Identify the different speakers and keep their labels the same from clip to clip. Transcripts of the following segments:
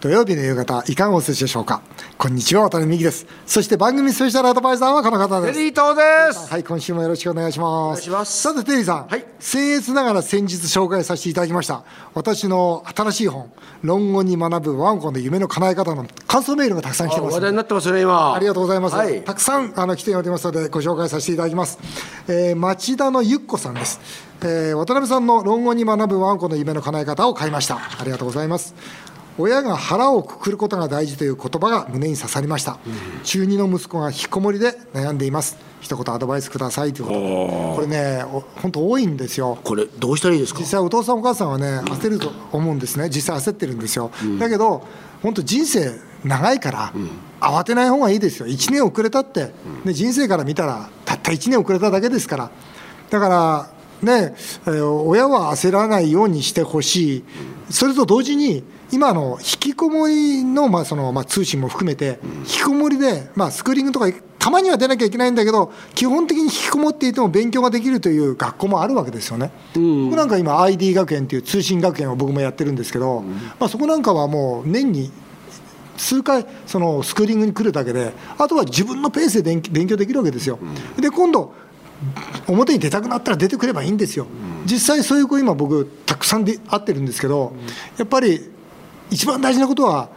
Speaker 1: 土曜日の夕方いかがお過ごしでしょうかこんにちは渡辺美希ですそして番組スペシャルアドバイザーはこの方
Speaker 2: テ
Speaker 1: です
Speaker 2: リー東です。
Speaker 1: はい今週もよろしくお願いします
Speaker 2: お願いします
Speaker 1: さてテリーさん、
Speaker 2: はい
Speaker 1: 僭越ながら先日紹介させていただきました私の新しい本論語に学ぶワンコの夢の叶え方の感想メールがたくさん来て
Speaker 2: あ
Speaker 1: ます
Speaker 2: 話題になってますね、今。
Speaker 1: ありがとうございます。
Speaker 2: はい
Speaker 1: たくさんあの来ておりますので、ご紹介させていただきます。えー町田のゆっこさんです。えー渡辺さんの論語に学ぶワンコの夢の叶え方を買いました。ありがとうございます。親が腹をくくることが大事という言葉が胸に刺さりました。中二の息子が引きこもりで悩んでいます。一言アドバイスくださいということで。これね、本当多いんですよ。
Speaker 2: これ、どうしたらいいですか
Speaker 1: 実際お父さんお母さんはね焦ると思うんですね実際焦ってるんですよ、だけど本当人生長いから、慌てない方がいいですよ1年遅れたって、で人生から見たらたった1年遅れただけですからだからね、えー親は焦らないようにしてほしい、それと同時に、今の引きこもりの,、まあそのまあ、通信も含めて、引きこもりで、まあ、スクーリングとか、たまには出なきゃいけないんだけど、基本的に引きこもっていても勉強ができるという学校もあるわけですよね。僕なんか今、ID 学園という通信学園を僕もやってるんですけど、まあ、そこなんかはもう年に数回そのスクーリングに来るだけであとは自分のペースで勉勉強できるわけですよ、で今度表に出たくなったら出てくればいいんですよ、実際そういう子今僕たくさんで会ってるんですけど、やっぱり一番大事なことは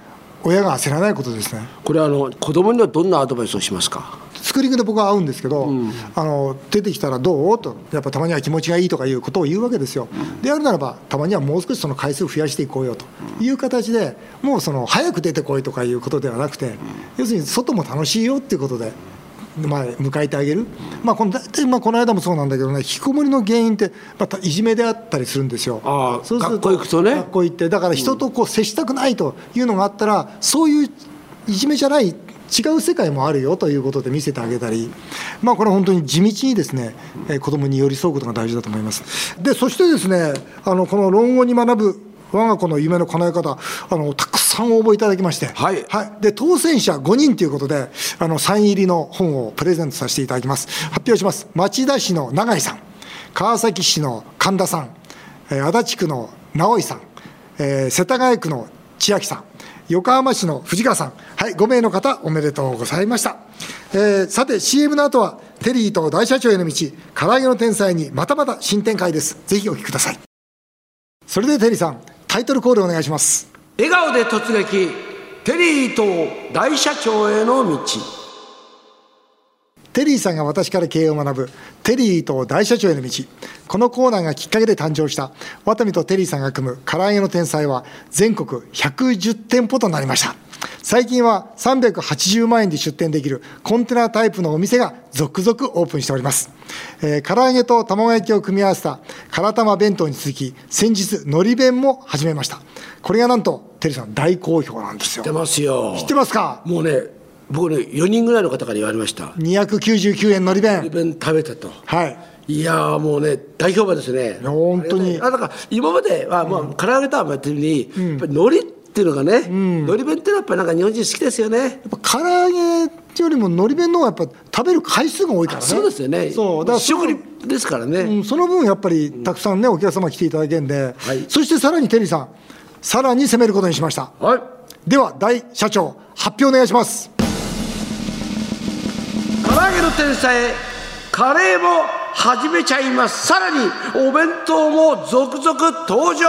Speaker 1: 親が焦らないことですね
Speaker 2: これ、あの、子供にはどんなアドバイスをしますか
Speaker 1: スクーリングで僕は会うんですけど、あの出てきたらどうとやっぱたまには気持ちがいいとかいうことを言うわけですよ、であるならばたまにはもう少しその回数を増やしていこうよという形でもうその早く出てこいとかいうことではなくて、要するに外も楽しいよっていうことで。まあ、迎えてあげる、まあ、この大体まあこの間もそうなんだけどね、引きこもりの原因って、またいじめであったりするんですよ、
Speaker 2: ああ
Speaker 1: そうする
Speaker 2: 学校行くとね
Speaker 1: 学校行って、だから人とこう接したくないというのがあったら、そういういじめじゃない、違う世界もあるよということで見せてあげたり、まあ、これは本当に地道にですね、えー子供に寄り添うことが大事だと思います。で、そしてですね、あのこの論語に学ぶ我が子の夢の叶え方、あのたくさん応募いただきまして、
Speaker 2: はい
Speaker 1: で当選者5人ということで、あのサイン入りの本をプレゼントさせていただきます。発表します。町田市の永井さん、川崎市の神田さん、えー足立区の直井さん、えー世田谷区の千秋さん、横浜市の藤川さん、はい、5名の方、おめでとうございました。えーさて、CM の後は、テリーと大社長への道、唐揚げの天才にまたまた新展開です。ぜひお聞きください。それではテリーさん、タイトルコールお願いします。
Speaker 2: 笑顔で突撃、テリーと大社長への道。
Speaker 1: テリーさんが私から経営を学ぶ「テリーと大社長への道」このコーナーがきっかけで誕生したワタミとテリーさんが組む唐揚げの天才は全国110店舗となりました最近は380万円で出店できるコンテナタイプのお店が続々オープンしております、えー、唐揚げと卵焼きを組み合わせた唐玉弁当に続き先日海苔弁も始めましたこれがなんとテリーさん大好評なんですよ
Speaker 2: 出
Speaker 1: 知
Speaker 2: ますよ。
Speaker 1: ってますか
Speaker 2: もうね、僕ね、4人ぐらいの方から言われました。
Speaker 1: 299円海苔弁
Speaker 2: イベント食べたと。
Speaker 1: はい
Speaker 2: いやーもうね大評判ですね
Speaker 1: や本当に
Speaker 2: あだから今までは、まあ、唐揚げとは別に、やっぱり海苔っていうのがね、海苔弁っていうのはやっぱりなんか日本人好きですよね
Speaker 1: やっぱ唐揚げよりも海苔弁の方がやっぱ食べる回数が多いからね
Speaker 2: そうですよね
Speaker 1: そうだからそ
Speaker 2: 試食
Speaker 1: の,、
Speaker 2: にですからね、
Speaker 1: うん、その分やっぱりたくさんねお客様来ていただけるんで、
Speaker 2: はい
Speaker 1: そしてさらにテリーさんさらに攻めることにしました
Speaker 2: はい
Speaker 1: では大社長発表お願いします
Speaker 2: 唐揚げの天才カレーも始めちゃいますさらにお弁当も続々登場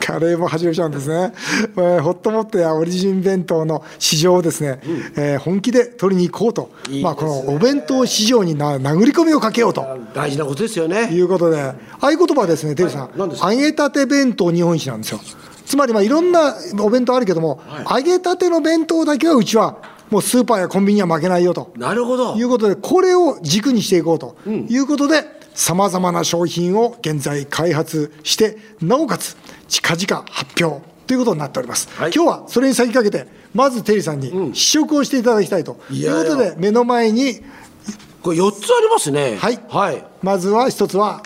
Speaker 1: カレーも始めちゃうんですね、えーホットモットやオリジン弁当の市場をですね、えー本気で取りに行こうと
Speaker 2: いいですね
Speaker 1: まあ、このお弁当市場にな殴り込みをかけようと
Speaker 2: 大事なことですよね
Speaker 1: いうことで、合言葉はですね、テリーさ
Speaker 2: 何です
Speaker 1: ん、
Speaker 2: か
Speaker 1: 揚げたて弁当日本一なんですよ。つまり、まあ、いろんなお弁当あるけども、揚げたての弁当だけはうちは、もうスーパーやコンビニには負けないよと
Speaker 2: なるほど
Speaker 1: いうことで、これを軸にしていこうということで、さまざまな商品を現在開発して、なおかつ近々発表ということになっております。
Speaker 2: はい
Speaker 1: 今日はそれに先駆けて、まずテリーさんに試食をしていただきたいと
Speaker 2: い
Speaker 1: い
Speaker 2: やいうや
Speaker 1: ことで、目の前に、
Speaker 2: これ4つありますね
Speaker 1: はい、
Speaker 2: はい
Speaker 1: まずは一つは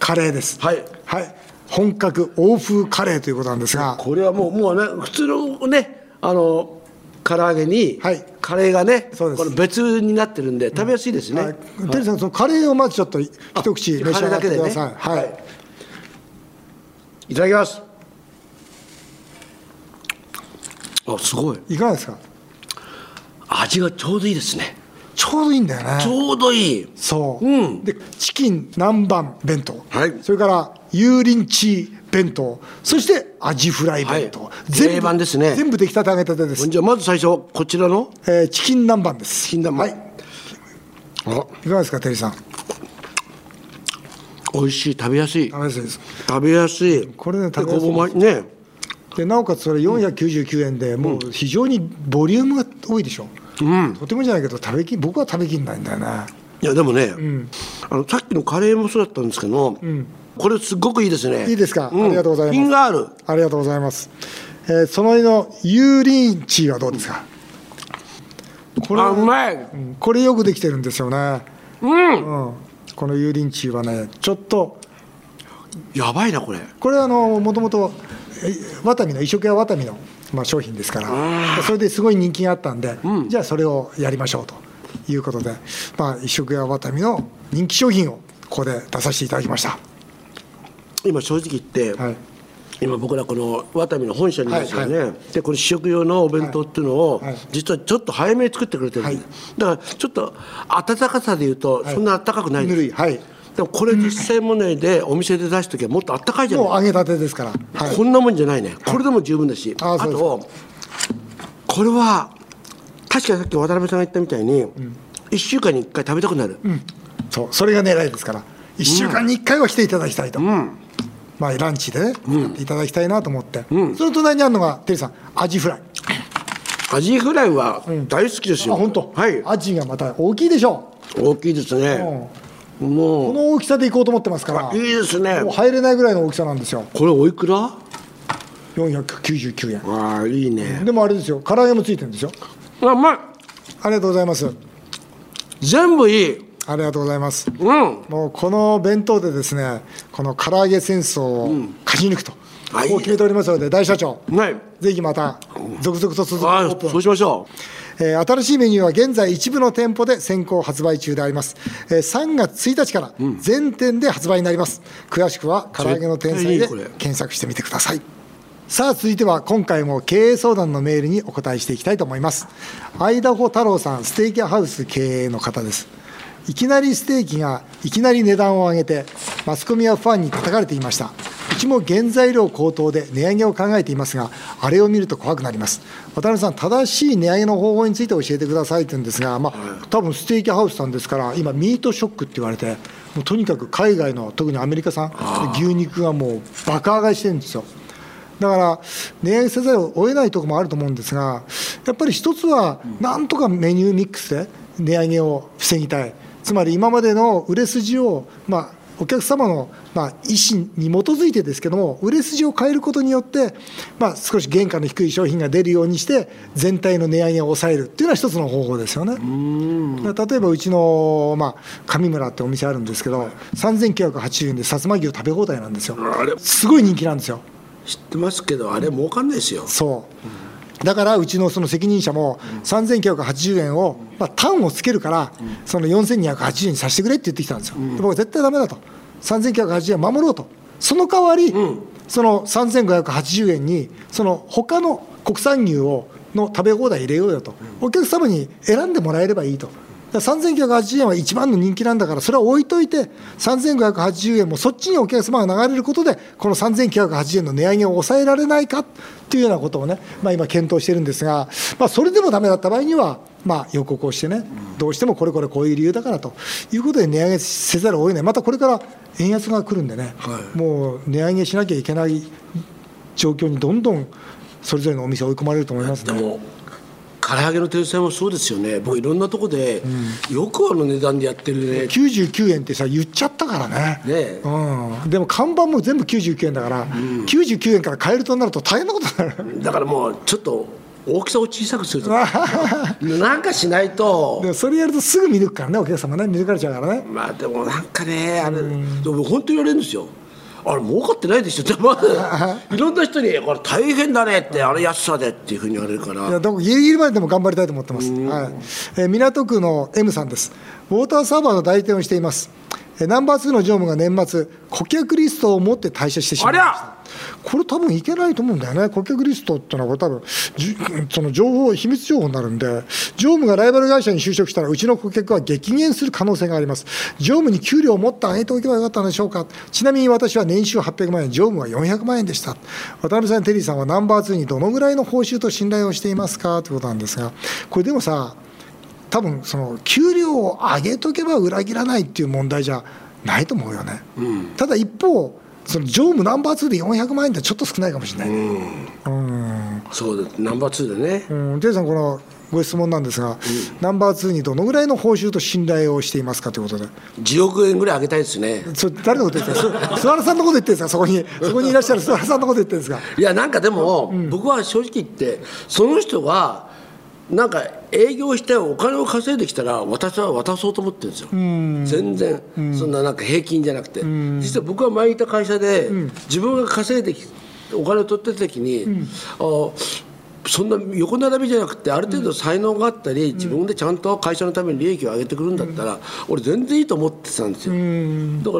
Speaker 1: カレーです。
Speaker 2: はい
Speaker 1: はい、本格欧風カレーということなんですが、
Speaker 2: これはもうもうね普通のねあの唐揚げに、
Speaker 1: はい
Speaker 2: カレーがね
Speaker 1: そうです
Speaker 2: この別になってるんで食べやすいですね、
Speaker 1: はい、テリーさん、そのカレーをまずちょっと一口召し上がってください。
Speaker 2: カレ
Speaker 1: は
Speaker 2: ーだけでね
Speaker 1: い、
Speaker 2: いただきますあすごい
Speaker 1: いかがですか
Speaker 2: 味がちょうどいいですね
Speaker 1: ちょうどいいんだよ
Speaker 2: ち
Speaker 1: ね
Speaker 2: ょうどいい
Speaker 1: そう、
Speaker 2: うん
Speaker 1: でチキン南蛮弁当、
Speaker 2: はい
Speaker 1: それから油淋鶏弁当そしてアジフライ弁当、
Speaker 2: はい定番ですね
Speaker 1: 全部出来たて揚げたてです、
Speaker 2: じゃあまず最初こちらの
Speaker 1: えーチキン南蛮です
Speaker 2: チキン南蛮
Speaker 1: はい
Speaker 2: あ
Speaker 1: いかがですかテリーさん
Speaker 2: 美味しい食べやすい
Speaker 1: 食べやすいです
Speaker 2: 食べやすい
Speaker 1: これね
Speaker 2: で
Speaker 1: 食べやすい
Speaker 2: ごぼうまね
Speaker 1: でなおかつそれ499円で、もう非常にボリュームが多いでしょ、
Speaker 2: うん
Speaker 1: とてもじゃないけど食べき僕は食べきんないんだよね
Speaker 2: いやでもね、あのさっきのカレーもそうだったんですけど、これすごくいいですね
Speaker 1: いいですか
Speaker 2: ん
Speaker 1: ありがとうございます
Speaker 2: 品がある
Speaker 1: ありがとうございます、えーその上の油淋鶏はどうですか、こ
Speaker 2: あう
Speaker 1: れ
Speaker 2: まい
Speaker 1: うんこれよくできてるんですよね、
Speaker 2: うん
Speaker 1: うん、この油淋鶏はねちょっと
Speaker 2: やばいなこれ
Speaker 1: これはあのもともとえワタミの移植屋ワタミの、まあ、商品ですからそれですごい人気があったんで、じゃあそれをやりましょうということで、まあ、移植屋ワタミの人気商品をここで出させていただきました
Speaker 2: 今正直言って、
Speaker 1: はい
Speaker 2: 今僕らこのワタミの本社にいますよね、
Speaker 1: はい
Speaker 2: でこの試食用のお弁当っていうのを、
Speaker 1: はいはい
Speaker 2: 実はちょっと早めに作ってくれてるんで、だからちょっと温かさでいうと、
Speaker 1: い
Speaker 2: そんな暖かくないで
Speaker 1: ぬ
Speaker 2: す
Speaker 1: るいはい
Speaker 2: でもこれ実際問題でお店で出す時はもっとあったかいじゃない
Speaker 1: もう揚げたてですから、はい
Speaker 2: こんなもんじゃないねこれでも十分だしあ
Speaker 1: あそうです
Speaker 2: とこれは確かにさっき渡辺さんが言ったみたいに、一1週間に1回食べたくなる、
Speaker 1: そうそれが狙いですから1週間に1回は来ていただきたいと、まあ、ランチでね使っていただきたいなと思って、その隣にあるのがテリーさんアジフライ
Speaker 2: アジフライは大好きです
Speaker 1: あ
Speaker 2: よ、
Speaker 1: 本当、
Speaker 2: はい
Speaker 1: アジがまた大きいでしょ
Speaker 2: 大きいですね、
Speaker 1: こ
Speaker 2: もう
Speaker 1: の大きさでいこうと思ってますから
Speaker 2: いいですね
Speaker 1: もう入れないぐらいの大きさなんですよ
Speaker 2: これおいくら
Speaker 1: 499円
Speaker 2: ああいいね
Speaker 1: でもあれですよ唐揚げもついてるんですよ
Speaker 2: あまあ
Speaker 1: ありがとうございます
Speaker 2: 全部いい
Speaker 1: ありがとうございます
Speaker 2: うん
Speaker 1: もうこの弁当でですねこの唐揚げ戦争を勝ち抜くと、
Speaker 2: あいいね
Speaker 1: こう決めておりますので大社長
Speaker 2: はい
Speaker 1: ぜひまた続々と続くオ
Speaker 2: あ
Speaker 1: ープ
Speaker 2: ー
Speaker 1: ン
Speaker 2: そうしましょ
Speaker 1: えー新しいメニューは現在一部の店舗で先行発売中であります、えー3月1日から全店で発売になります、詳しくは唐揚げの天才で
Speaker 2: 絶対いいこれ
Speaker 1: 検索してみてくださいさあ続いては今回も経営相談のメールにお答えしていきたいと思いますア田穂太郎さんステーキハウス経営の方ですいきなりステーキがいきなり値段を上げてマスコミやファンに叩かれていましたうちも原材料高騰で値上げを考えていますがあれを見ると怖くなります渡辺さん正しい値上げの方法について教えてくださいというんですが、まあ、多分ステーキハウスさんですから今ミートショックって言われてもうとにかく海外の特にアメリカ産牛肉がもう爆上がりしてるんですよだから値上げせざるを得ないところもあると思うんですが、やっぱり一つは、なんとかメニューミックスで値上げを防ぎたい、つまり今までの売れ筋を、まあ、お客様の、まあ、意思に基づいてですけども、売れ筋を変えることによって、まあ、少し原価の低い商品が出るようにして、全体の値上げを抑えるっていうのは一つの方法ですよね。だから例えばうちの、まあ、上村ってお店あるんですけど、3980円でさつま牛食べ放題なんですよ。
Speaker 2: うあれ
Speaker 1: すごい人気なんですよ。
Speaker 2: 知ってますけどあれ儲かんないですよ
Speaker 1: そうだからうちのその責任者も3980円を、まあ、単をつけるからその4280円にさせてくれって言ってきたんですよ、で僕は絶対ダメだと3980円守ろうとその代わり、その3580円にその他の国産牛をの食べ放題入れようよとお客様に選んでもらえればいいとだから3980円は一番の人気なんだからそれは置いといて3580円もそっちにお客様が流れることでこの3980円の値上げを抑えられないかっていうようなことをね、まあ、今検討してるんですが、まあ、それでもダメだった場合には、まあ、予告をしてねどうしてもこれこれこういう理由だからということで値上げせざるを得ないまたこれから円安が来るんでね、
Speaker 2: はい
Speaker 1: もう値上げしなきゃいけない状況にどんどんそれぞれのお店追い込まれると思います
Speaker 2: で
Speaker 1: ね。
Speaker 2: も唐揚げの天才もそうですよね僕いろんなとこで、よくあの値段でやってるね
Speaker 1: 99円ってさ言っちゃったからね
Speaker 2: ね
Speaker 1: うん、でも看板も全部99円だから、99円から買えるとなると大変なことになる
Speaker 2: だからもうちょっと大きさを小さくする とかなんかしないと
Speaker 1: でもそれやるとすぐ見抜くからねお客様ね見抜かれちゃうからね
Speaker 2: まあでもなんかねあれ、でも本当に言われるんですよあれ儲かってないでしょって まずいろんな人に「これ大変だね」ってあれ安さでっていうふうに言われるか
Speaker 1: いや
Speaker 2: ら
Speaker 1: でもギリギリまででも頑張りたいと思ってます、はいえー港区の M さんですウォーターサーバーの代理店をしていますえーナンバー2の常務が年末顧客リストを持って退社してしまいまし
Speaker 2: あり
Speaker 1: たこれ多分いけないと思うんだよね顧客リストっていうのはこれ多分じその情報秘密情報になるんで常務がライバル会社に就職したらうちの顧客は激減する可能性があります常務に給料をもっと上げておけばよかったのでしょうかちなみに私は年収800万円常務は400万円でした渡辺さんテリーさんはナンバー2にどのぐらいの報酬と信頼をしていますかということなんですがこれでもさ多分その給料を上げとけば裏切らないっていう問題じゃないと思うよね、ただ一方その常務ナンバー2で400万円ってちょっと少ないかもしれないねうん
Speaker 2: そうだナンバー2でね
Speaker 1: うん、テリーさんこのご質問なんですが、ナンバー2にどのぐらいの報酬と信頼をしていますかということで
Speaker 2: 10億円ぐらいあげたいですね
Speaker 1: それ誰のこと言ってるんですかす菅原さんのこと言ってるんですかそこにそこにいらっしゃる菅原さんのこと言ってるんです か
Speaker 2: いやなんかでも、僕は正直言ってその人がなんか営業してお金を稼いできたら私は渡そうと思ってるんですよ全然そんななんか平均じゃなくて実は僕は前いた会社で自分が稼いできお金を取ってた時に、あそんな横並びじゃなくてある程度才能があったり自分でちゃんと会社のために利益を上げてくるんだったら俺全然いいと思ってたんですよだか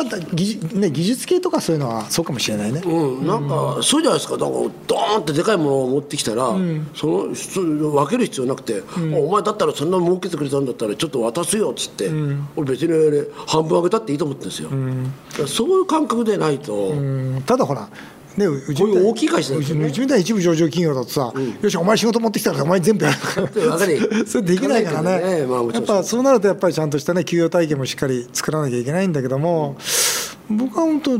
Speaker 2: ら
Speaker 1: また技,、ね、技術系とかそういうのはそうかもしれないね、
Speaker 2: うん、なんかそうじゃないですかなんかドーンってでかいものを持ってきたら、そのそ分ける必要なくて、お前だったらそんな儲けてくれたんだったらちょっと渡すよっつって、俺別に俺半分あげたっていいと思ってるんですよ、だからそういう感覚でないと、
Speaker 1: うんただほらね、ううち
Speaker 2: こう
Speaker 1: み
Speaker 2: い
Speaker 1: たいうに
Speaker 2: 大きい会社だ
Speaker 1: う
Speaker 2: と
Speaker 1: ち
Speaker 2: ね
Speaker 1: うちみたいな一部上場企業だとさ、よし、お前仕事持ってきたから、お前全部やるから
Speaker 2: わかる
Speaker 1: それできないからね、
Speaker 2: ねまあもち
Speaker 1: や
Speaker 2: ろ
Speaker 1: っ
Speaker 2: ん
Speaker 1: ぱそうなると、やっぱりちゃんとしたね、給与体系もしっかり作らなきゃいけないんだけども、僕は本当、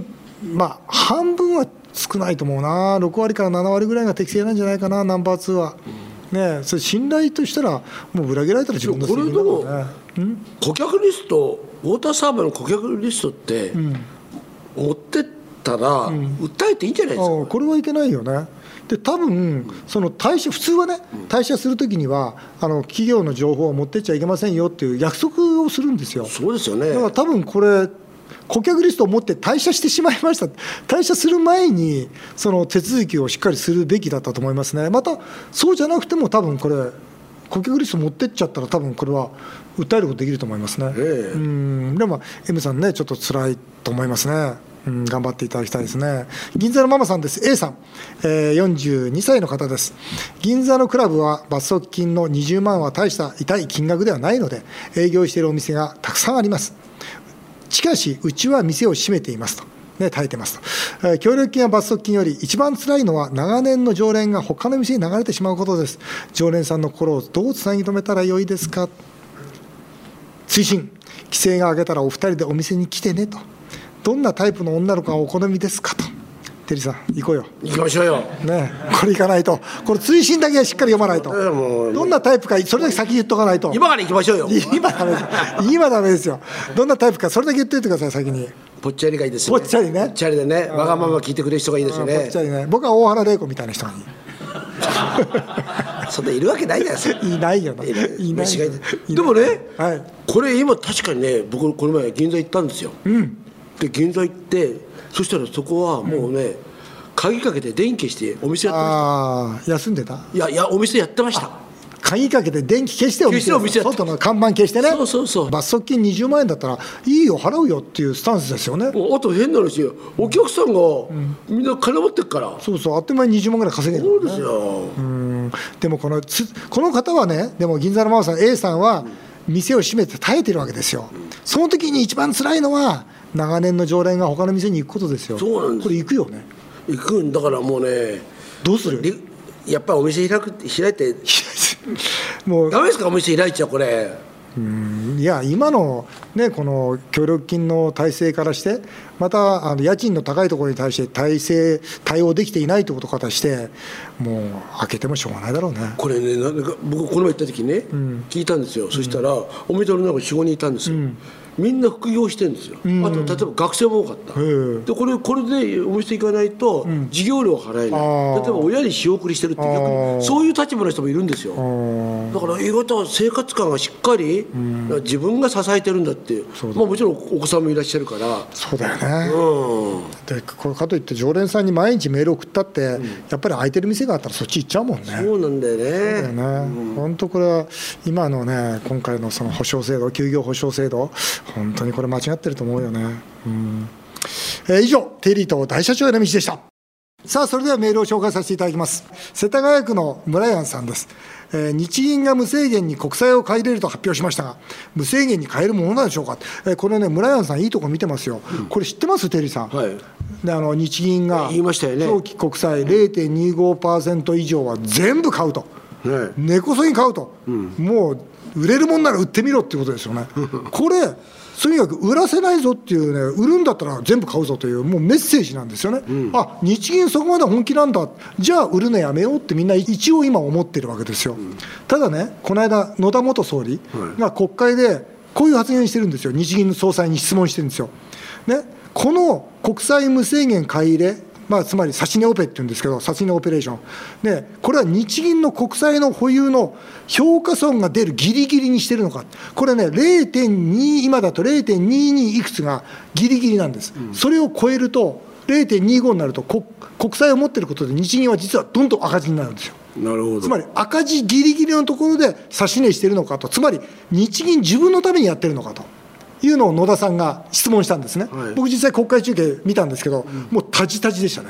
Speaker 1: まあ、半分は少ないと思うな、6割から7割ぐらいが適正なんじゃないかな、ナンバー2は。ね、それ信頼としたら、もう裏切られたら自分の責任だもんね。
Speaker 2: 顧客リストウォーターサーバーの顧客リストって、持ってったら、訴えていいんじゃないですか、
Speaker 1: ああこれはいけないよね。で多分その退社普通はね退社するときにはあの企業の情報を持ってっちゃいけませんよっていう約束をするんですよ。
Speaker 2: そうですよね
Speaker 1: だから多分これ顧客リストを持って退社してしまいました退社する前にその手続きをしっかりするべきだったと思いますねまたそうじゃなくても多分これ顧客リスト持ってっちゃったら多分これは訴えることできると思いますね、
Speaker 2: ええ
Speaker 1: うんでもまあ M さんねちょっと辛いと思いますね、うん、頑張っていただきたいですね銀座のママさんです A さん、えー42歳の方です銀座のクラブは罰則金の20万は大した痛い金額ではないので営業しているお店がたくさんありますしかし、うちは店を閉めていますと。ね、耐えてますと、えー協力金や罰則金より一番辛いのは長年の常連が他の店に流れてしまうことです常連さんの心をどうつなぎ止めたらよいですか推進規制が上げたらお二人でお店に来てねとどんなタイプの女の子がお好みですかとテリーさん行こうよ
Speaker 2: 行きましょうよ
Speaker 1: ねこれ行かないとこれ推進だけはしっかり読まないと
Speaker 2: いやもう
Speaker 1: どんなタイプかそれだけ先言っとかないと
Speaker 2: 今から行きましょうよ
Speaker 1: 今ダメです今ダメですよどんなタイプかそれだけ言っておいてください先に
Speaker 2: ぽっちゃりがいいですね
Speaker 1: ぽっちゃりね
Speaker 2: ぽっちゃりでねわがまま聞いてくれる人がいいですよ
Speaker 1: ぽっ
Speaker 2: ね
Speaker 1: ちゃりね僕は大原玲子みたいな人がいい
Speaker 2: そんないるわけないじゃないですか
Speaker 1: いないよな。いない
Speaker 2: 間違い
Speaker 1: よ
Speaker 2: ない
Speaker 1: い
Speaker 2: でもね、
Speaker 1: はい
Speaker 2: これ今確かにね僕この前銀座行ったんですよ、で銀座行ってそしたらそこはもうね、鍵かけて電気消してお店やってまし
Speaker 1: ああ、休んでた。
Speaker 2: たいやいやお店やってました
Speaker 1: 鍵かけて電気消してお
Speaker 2: 消してお店やって
Speaker 1: 外の看板消してね。
Speaker 2: そうそうそう
Speaker 1: 罰則金20万円だったら、いいよ、払うよっていうスタンスですよね。
Speaker 2: あと変な話お客さんがみんな金持ってっから、
Speaker 1: そうそう、あっという間に20万ぐらい稼げる。
Speaker 2: そうですよ、
Speaker 1: うんでもこのつこの方はね、でも銀座のママさん、A さんは店を閉めて耐えてるわけですよ、その時に一番辛いのは、長年の常連が他の店に行くことですよ、
Speaker 2: そうなんです
Speaker 1: これ、行くよね、
Speaker 2: 行くんだからもうね
Speaker 1: どうする
Speaker 2: りやっぱりお店開く開いて
Speaker 1: もう
Speaker 2: ダメですかお店開いちゃうこれ
Speaker 1: いや、今の,、ね、この協力金の体制からして、またあの家賃の高いところに対して体制、対応できていないということからして、もう開けてもしょうがないだろうね。
Speaker 2: これねなんか僕この前行った時ね、聞いたんですよ、そしたらお店の中45人いたんですよ、みんな副業してるんですよ、あと例えば学生も多かった、
Speaker 1: へえ
Speaker 2: でこれこれでお店行かないと授業料払えない、
Speaker 1: あー
Speaker 2: 例えば親に仕送りしてるって
Speaker 1: あ
Speaker 2: 逆
Speaker 1: ー
Speaker 2: にそういう立場の人もいるんですよ、
Speaker 1: うん
Speaker 2: だから意外と生活感がしっかり、自分が支えてるんだっていう
Speaker 1: そうだ
Speaker 2: まあ、もちろんお子さんもいらっしゃるから
Speaker 1: そうだよね、
Speaker 2: うん
Speaker 1: でこれかといって常連さんに毎日メール送ったって、やっぱり空いてる店があったらそっち行っちゃうもんね。
Speaker 2: そうなんだよ
Speaker 1: だよ
Speaker 2: ね
Speaker 1: ね、本当これは今のね今回のその保障制度休業保障制度本当にこれ間違ってると思うよね、うんえー以上テリーと大社長への道でしたさあそれではメールを紹介させていただきます世田谷区のブライアンさんです、えー日銀が無制限に国債を買い入れると発表しましたが無制限に買えるものなんでしょうか、えーこれねブライアンさんいいとこ見てますよ、これ知ってますテリーさん、
Speaker 2: はい
Speaker 1: であの日銀が
Speaker 2: 言いましたよね
Speaker 1: 長期国債0.25%以上は全部買うと、
Speaker 2: ね
Speaker 1: 根こそぎ買うと、もう売れるもんなら売ってみろっていうことです よね、これ、とにかく売らせないぞっていうね、売るんだったら全部買うぞという、もうメッセージなんですよね、あ日銀、そこまで本気なんだ、じゃあ売るのやめようって、みんな一応今、思ってるわけですよ。ただね、この間、野田元総理が国会でこういう発言してるんですよ、日銀の総裁に質問してるんですよ。ね、この国債無制限買い入れ、まあ、つまり指し値オペって言うんですけど、指し値オペレーション、でこれは日銀の国債の保有の評価損が出るギリギリにしてるのか、これね、0.2、今だと0.22いくつがギリギリなんです、それを超えると、0.25になると国、国債を持ってることで、日銀は実はどんどん赤字になるんですよ。
Speaker 2: なるほど
Speaker 1: つまり赤字ギリギリのところで指し値してるのかと、つまり日銀自分のためにやってるのかというのを野田さんが質問したんですね、
Speaker 2: はい
Speaker 1: 僕、実際、国会中継見たんですけど、もうたじたじでしたね、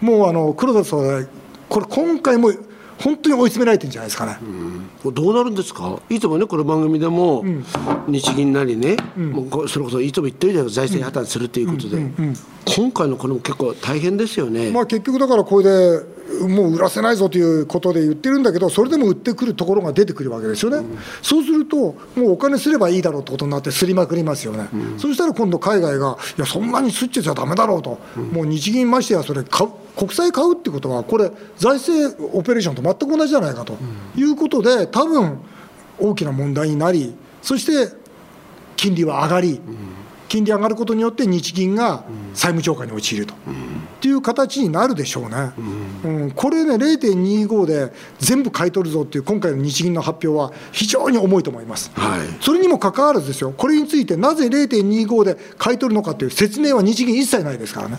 Speaker 1: もうあの黒田総裁、これ、今回も本当に追い詰められてるんじゃないですかね。
Speaker 2: これどうなるんですかいつもねこの番組でも日銀なりね、もうこうそれこそいつも言ってるじゃないですか財政破綻するということで、今回のこれも結構大変ですよね、
Speaker 1: まあ、結局だからこれでもう売らせないぞということで言ってるんだけどそれでも売ってくるところが出てくるわけですよね、そうするともうお金すればいいだろうってことになってすりまくりますよね、そしたら今度海外がいやそんなにすっちゃちゃだめだろうと、もう日銀ましてやそれ買う国債買うってことはこれ財政オペレーションと全く同じじゃないかということで多分大きな問題になりそして金利は上がり、金利上がることによって日銀が債務超過に陥ると、っていう形になるでしょうね、うんこれね、0.25で全部買い取るぞっていう、今回の日銀の発表は、非常に重いと思います。
Speaker 2: はい
Speaker 1: それにもかかわらずですよ、これについてなぜ0.25で買い取るのかっていう説明は日銀一切ないですからね、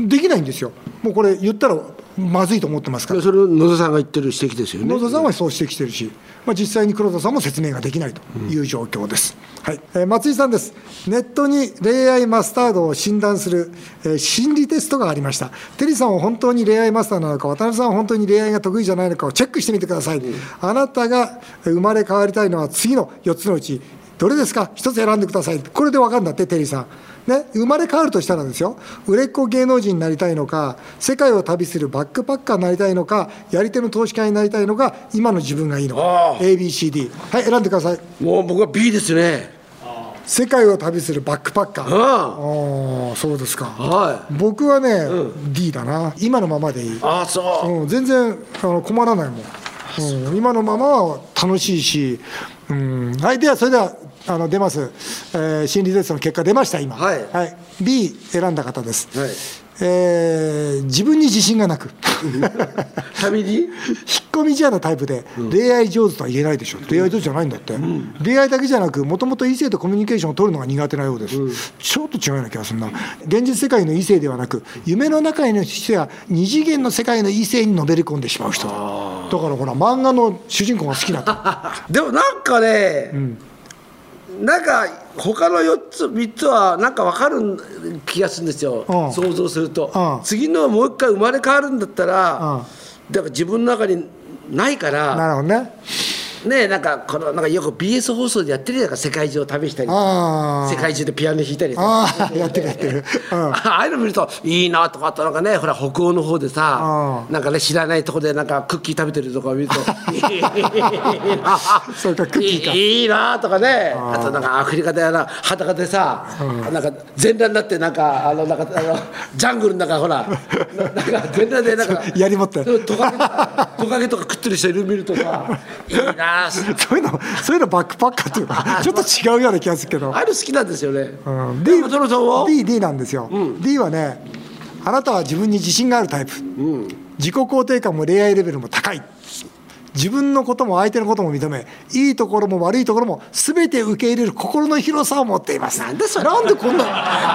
Speaker 1: できないんですよ、もうこれ、言ったらまずいと思ってますから
Speaker 2: で。それを野田さんが言ってる指摘ですよね
Speaker 1: 野田さんはそうしてきてるし、まあ、実際に黒田さんも説明ができないという状況です。はいえー松井さんです、ネットに恋愛マスタードを診断する、えー心理テストがありました、テリーさんは本当に恋愛マスターなのか、渡辺さんは本当に恋愛が得意じゃないのかをチェックしてみてください、あなたが生まれ変わりたいのは次の4つのうち、どれですか、1つ選んでください、これで分かるんだって、テリーさん。ね、生まれ変わるとしたらですよ、売れっ子芸能人になりたいのか、世界を旅するバックパッカーになりたいのか、やり手の投資家になりたいのか、今の自分がいいの
Speaker 2: あ
Speaker 1: か
Speaker 2: あ、
Speaker 1: ABCD、はい、選んでください、
Speaker 2: もう僕は B ですね
Speaker 1: 世界を旅するバックパッカー、
Speaker 2: あ
Speaker 1: ああ、そうですか、
Speaker 2: あはい
Speaker 1: 僕はね、D だな、今のままでいい、
Speaker 2: ああそう、
Speaker 1: うん、全然あの困らないもん、うん、今のままは楽しいし、うん、はい、ではそれではあの出ます、えー心理テストの結果出ました、今、
Speaker 2: はい
Speaker 1: B 選んだ方です、
Speaker 2: はい
Speaker 1: えー自分に自信がな く、引っ
Speaker 2: 旅に
Speaker 1: 込み思案のタイプで、恋愛上手とは言えないでしょ、恋愛上手じゃないんだって、恋愛だけじゃなく、もともと異性とコミュニケーションを取るのが苦手なようです、ちょっと違うような気がするな、現実世界の異性ではなく、夢の中への人や二次元の世界の異性にのめり込んでしまう人だからほら、漫画の主人公が好きなんだ
Speaker 2: でもなんかね、なんか他の4つ3つはなんか分かる気がするんですよ、
Speaker 1: うん
Speaker 2: 想像すると、
Speaker 1: うん
Speaker 2: 次のもう一回生まれ変わるんだったら、だから自分の中にないから
Speaker 1: なるほどね。
Speaker 2: ねなんかこのなんかよく BS 放送でやってるじゃないですか世界中を旅したり
Speaker 1: あー
Speaker 2: 世界中でピアノ弾いたりさ
Speaker 1: あ あ、やってるやってる。うん
Speaker 2: ああいうの見るといいなとかあとなんかねほら北欧の方でさ
Speaker 1: う
Speaker 2: なんかね知らないとこでなんかクッキー食べてるとかを見るといいな
Speaker 1: そうかクッキーか
Speaker 2: いいいなとかねあとなんかアフリカであの裸でさなんか全裸になってなんかあのなんかあのジャングルの中 ほらななんか全裸でなんか
Speaker 1: 槍持って
Speaker 2: でもト カゲとかトカゲとか食ってる人いる見るとさいいな
Speaker 1: そういうの、そういうのバックパッカーっていうか、ちょっと違うような気がするけど
Speaker 2: あ。あいうの好きなんですよね。
Speaker 1: うん
Speaker 2: で松本さんは
Speaker 1: D, D なんですよ、D はねあなたは自分に自信があるタイプ、自己肯定感も恋愛レベルも高い自分のことも相手のことも認めいいところも悪いところも全て受け入れる心の広さを持っています
Speaker 2: なんでそれ
Speaker 1: なんでこんな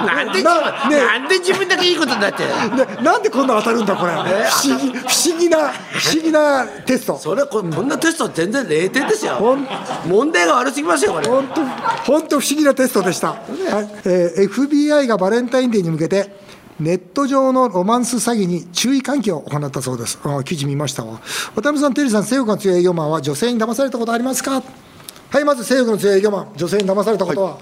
Speaker 2: なんで
Speaker 1: な,、ね
Speaker 2: なんで自分だけいいことになってる
Speaker 1: ねなんでこんな当たるんだこれ不思議不思議な不思議なテスト
Speaker 2: それはここんなテスト全然0点ですよ
Speaker 1: ほん
Speaker 2: 問題が悪すぎますよこれ
Speaker 1: 本当本当不思議なテストでした、はいえー FBI がバレンタインデーに向けてネット上のロマンス詐欺に注意喚起を行ったそうです。あ記事見ましたわ。渡辺さん、テリーさん、性欲が強い営業マンは女性に騙されたことありますかはい、まず性欲の強い営業マン、女性に騙されたことは、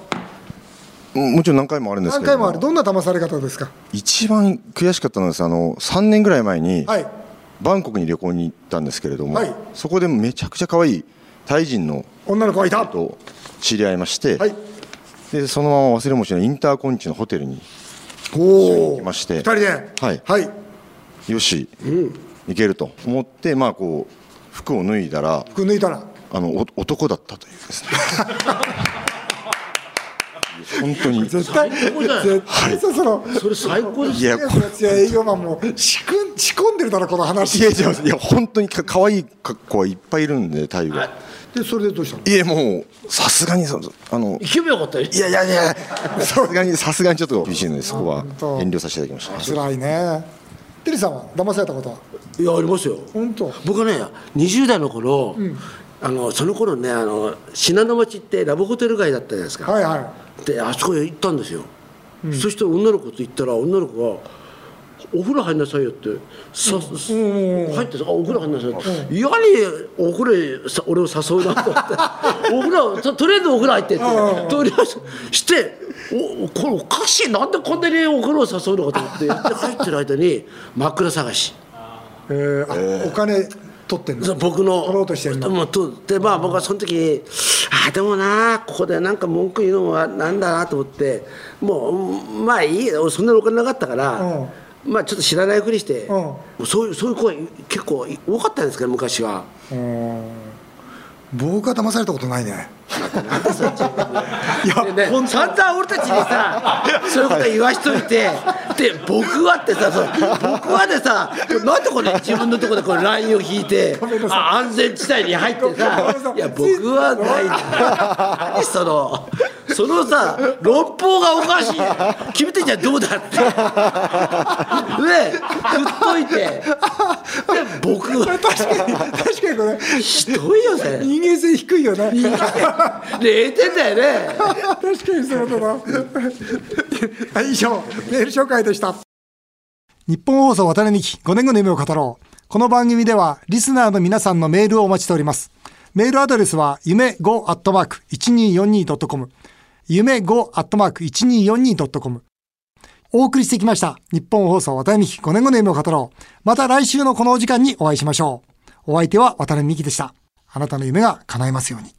Speaker 3: もちろん何回もあるんです
Speaker 1: 何
Speaker 3: け
Speaker 1: 回
Speaker 3: ど
Speaker 1: もある、どんな騙され方ですか
Speaker 3: 一番悔しかったのはですあの3年ぐらい前に、
Speaker 1: はい。
Speaker 3: バンコクに旅行に行ったんですけれども、
Speaker 1: はい
Speaker 3: そこでめちゃくちゃ可愛いタイ人の
Speaker 1: 女の子がいた。
Speaker 3: 人と知り合いまして、
Speaker 1: はい。
Speaker 3: でそのまま忘れもしないインターコンチのホテルに
Speaker 1: お
Speaker 3: 行きまして
Speaker 1: 2人で。
Speaker 3: はい
Speaker 1: はい。
Speaker 3: よし、行けると思って、まあ、こう服を脱いだら
Speaker 1: 服抜いたら。
Speaker 3: あのお男だったという ですね本当に
Speaker 1: 絶対、
Speaker 2: 最高じゃない
Speaker 1: 絶対さ、その、
Speaker 2: それ最高です
Speaker 3: いや
Speaker 1: 性欲が強い営業マンも仕組ん、仕込んでるだろ、この話。
Speaker 3: いやいやいや本当にか可愛い格好はいっぱいいるんでタイは
Speaker 1: で、それでどうしたの
Speaker 3: いやもうさすがにそのあの
Speaker 2: 行けばよかったよ
Speaker 3: いやいやいやさすがにさすがにちょっと厳しいのでそこは
Speaker 1: 本当
Speaker 3: 遠慮させていただきました
Speaker 1: 辛いね。テリーさんは騙されたことは。
Speaker 2: いやありますよ
Speaker 1: 本当
Speaker 2: 僕はね20代の頃、あのその頃ねあの信濃町ってラブホテル街だったじゃないですか、
Speaker 1: はいはい。
Speaker 2: であそこへ行ったんですよ、そして女の子と行ったら女の子が「お風呂入んなさいよ」ってさ、入ってさあお風呂入んなさいよ」いやにお風呂へさ俺を誘うなと思 って「お風呂ととりあえずお風呂入って」ってとりあえずしておこれおかしいなんでこんなにお風呂を誘うのかと思ってやって入ってる間に真っ暗探し。
Speaker 1: えーあお金取ってん
Speaker 2: そ
Speaker 1: の
Speaker 2: う僕の
Speaker 1: 取ろうとしてるの
Speaker 2: もうとでまあ僕はその時にああでもなここでなんか文句言うのはなんだなと思ってもううんまあいい俺そんなにお金なかったから、まあちょっと知らないふりして、
Speaker 1: う
Speaker 2: そういうそういう声結構多かったんですけど昔は
Speaker 1: 僕は騙されたことないね
Speaker 2: いやね散々俺たちにさそういうこと言わしといてで僕はってさそう僕はでさなんでこれ自分のところでこれラインを引いてあ安全地帯に入って
Speaker 1: ごめんなさ
Speaker 2: さ
Speaker 1: い
Speaker 2: いや僕はない何そのそのさ論法がおかしい君たちはどうだってね振っといてで僕 は
Speaker 1: 確かにこれ
Speaker 2: ひどいよね
Speaker 1: 人間性低い よね
Speaker 2: 0点だよね
Speaker 1: 確かにそうだなはい以上メール紹介でした日本放送渡辺美希5年後の夢を語ろうこの番組ではリスナーの皆さんのメールをお待ちしておりますメールアドレスは夢 5-1242.com 夢 5-1242.com お送りしてきました日本放送渡辺美希5年後の夢を語ろうまた来週のこのお時間にお会いしましょうお相手は渡辺美希でしたあなたの夢が叶いますように